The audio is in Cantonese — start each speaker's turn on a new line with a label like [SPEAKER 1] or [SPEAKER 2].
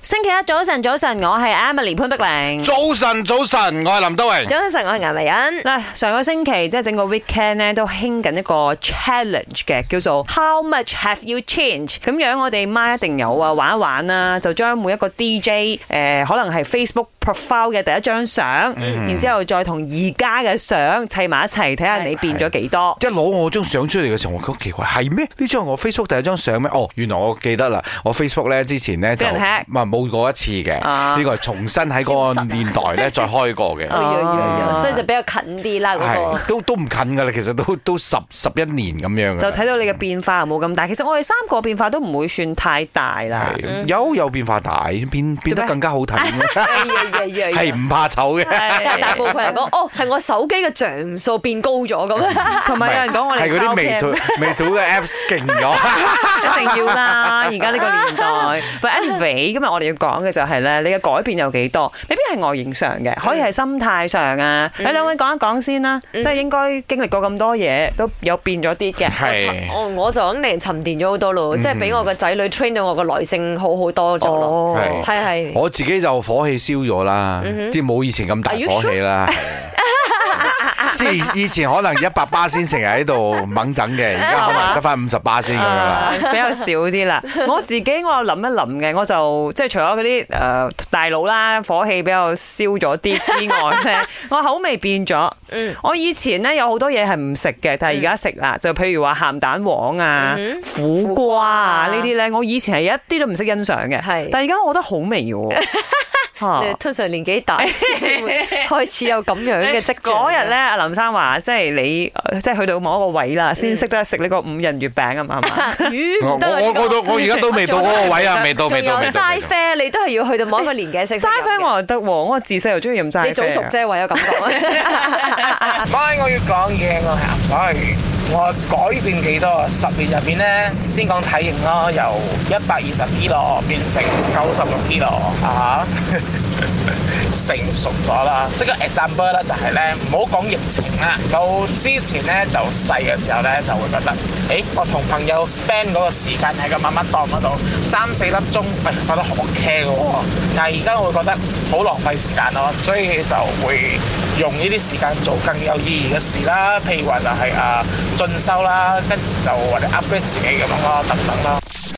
[SPEAKER 1] 星期一早晨，早晨，我係 Emily 潘碧玲。
[SPEAKER 2] 早晨，早晨，我係林德榮。
[SPEAKER 1] 早晨，我係顏麗欣。嗱，上個星期即係整個 weekend 咧，都興緊一個 challenge 嘅，叫做 How much have you changed？咁樣我哋媽一定有啊，玩一玩啦，就將每一個 DJ 誒、呃可能係 Facebook profile 嘅第一張相，
[SPEAKER 2] 嗯
[SPEAKER 1] 然之後再同而家嘅相砌埋一齊，睇下你變咗幾多。
[SPEAKER 2] 一攞我張相出嚟嘅時候，我覺得奇怪，係咩？呢張係我 Facebook 第一張相咩？哦，原來我記得啦，我 Facebook 咧之前咧就
[SPEAKER 1] 俾人 hack
[SPEAKER 2] 唔係冇過一次嘅，
[SPEAKER 1] 啊
[SPEAKER 2] 呢個係重新喺嗰個年代咧再開過
[SPEAKER 1] 啊
[SPEAKER 2] 嘅，
[SPEAKER 3] 哎呀呀
[SPEAKER 1] 哦
[SPEAKER 2] Ờ.
[SPEAKER 3] 呀所以就比較近啲啦嗰
[SPEAKER 2] 係
[SPEAKER 3] 個。
[SPEAKER 2] 都都唔近噶啦，其實都都十十一年咁樣㗎
[SPEAKER 1] 就
[SPEAKER 2] 啦。
[SPEAKER 1] 睇到你嘅變化冇咁大，其實我哋三個變化都唔會算太大啦。
[SPEAKER 2] 係有有變化大，變變得更加好睇，
[SPEAKER 3] 哎呀呀呀
[SPEAKER 2] 係
[SPEAKER 3] 呀！
[SPEAKER 2] 唔怕醜嘅。
[SPEAKER 3] 但係大部
[SPEAKER 1] 係
[SPEAKER 3] 分人 講，哦，係我手機嘅像素變高咗咁樣。
[SPEAKER 1] 同埋有人講我哋
[SPEAKER 2] 係嗰
[SPEAKER 1] 靠
[SPEAKER 2] 啲微
[SPEAKER 1] cam
[SPEAKER 2] 圖微圖嘅 Apps 勁 咗，
[SPEAKER 1] 一定要啦！而家呢個年代。But anyway，今日我哋要講嘅就係咧，你嘅改變有幾多？未必係外形上嘅，可以係心態上啊。你兩位講一講先啦，即係應該經歷過咁多嘢，都有變咗啲嘅。
[SPEAKER 2] 係
[SPEAKER 3] 我我就肯定沉澱咗好多咯，即係俾我個仔女 train 到我個耐性好好多咗咯。
[SPEAKER 1] 哦，
[SPEAKER 2] 係
[SPEAKER 3] 係係。
[SPEAKER 2] 我自己就火氣燒咗啦，即係冇以前咁大
[SPEAKER 3] 嗯 Are you
[SPEAKER 2] 火氣啦。 係即係以前可能一百巴先成日喺度猛整 嘅，而家可能得翻五十巴先咁樣
[SPEAKER 1] 啊
[SPEAKER 2] 啦。
[SPEAKER 1] 比較少啲 啦。我自己我有諗一諗嘅，我就即係除咗嗰啲誒大佬啦，火氣比較燒咗啲之外 咧，我口味變咗。
[SPEAKER 3] 嗯
[SPEAKER 1] 我以前咧有好多嘢係唔食嘅，但係而家食啦。就譬如話鹹蛋黃啊、
[SPEAKER 3] 嗯哼
[SPEAKER 1] 苦瓜啊
[SPEAKER 3] 苦瓜啊
[SPEAKER 1] 呢啲咧，我以前係一啲都唔識欣賞嘅。
[SPEAKER 3] 係
[SPEAKER 1] 但係而家我覺得好味 喎。嚇
[SPEAKER 3] 你通常年 紀大先至會開始有咁樣嘅跡象。
[SPEAKER 1] 嗰 日咧，，阿林生話，即係你，呃即係去到某一個位啦，
[SPEAKER 3] 嗯
[SPEAKER 1] 先識得食呢個五仁月餅啊嘛，係嘛？
[SPEAKER 3] 魚
[SPEAKER 2] 我
[SPEAKER 3] 唔得啊
[SPEAKER 2] 我
[SPEAKER 3] 呢個
[SPEAKER 2] 我到我而家都未到嗰個位啊，未到
[SPEAKER 3] 仲
[SPEAKER 2] 未
[SPEAKER 3] 有
[SPEAKER 2] 到未到。
[SPEAKER 3] 齋啡，你都係要去到某一個年紀食。
[SPEAKER 1] 齋啡我又得喎，我自細又中意飲齋啡。啊
[SPEAKER 3] 你早熟啫，唯有咁講。
[SPEAKER 4] 媽，我要講嘢，我行去。我改變幾多啊？十年入面呢，先講體型咯，由一百二十 K 咯變成九十六 K 咯，啊成熟咗啦。即個 example 咧就係呢，唔好講疫情啦。到之前呢，就細嘅時候呢，就會覺得，誒、我同朋友 spend 嗰個時間喺個媽媽檔嗰度三四粒鐘，喂、覺得好 OK 嘅喎。但係而家我會覺得好浪費時間咯，所以就會用呢啲時間做更有意義嘅事啦，譬如話就係、啊進修啦，跟住就或者 upgrade 自己咁樣咯，等等咯。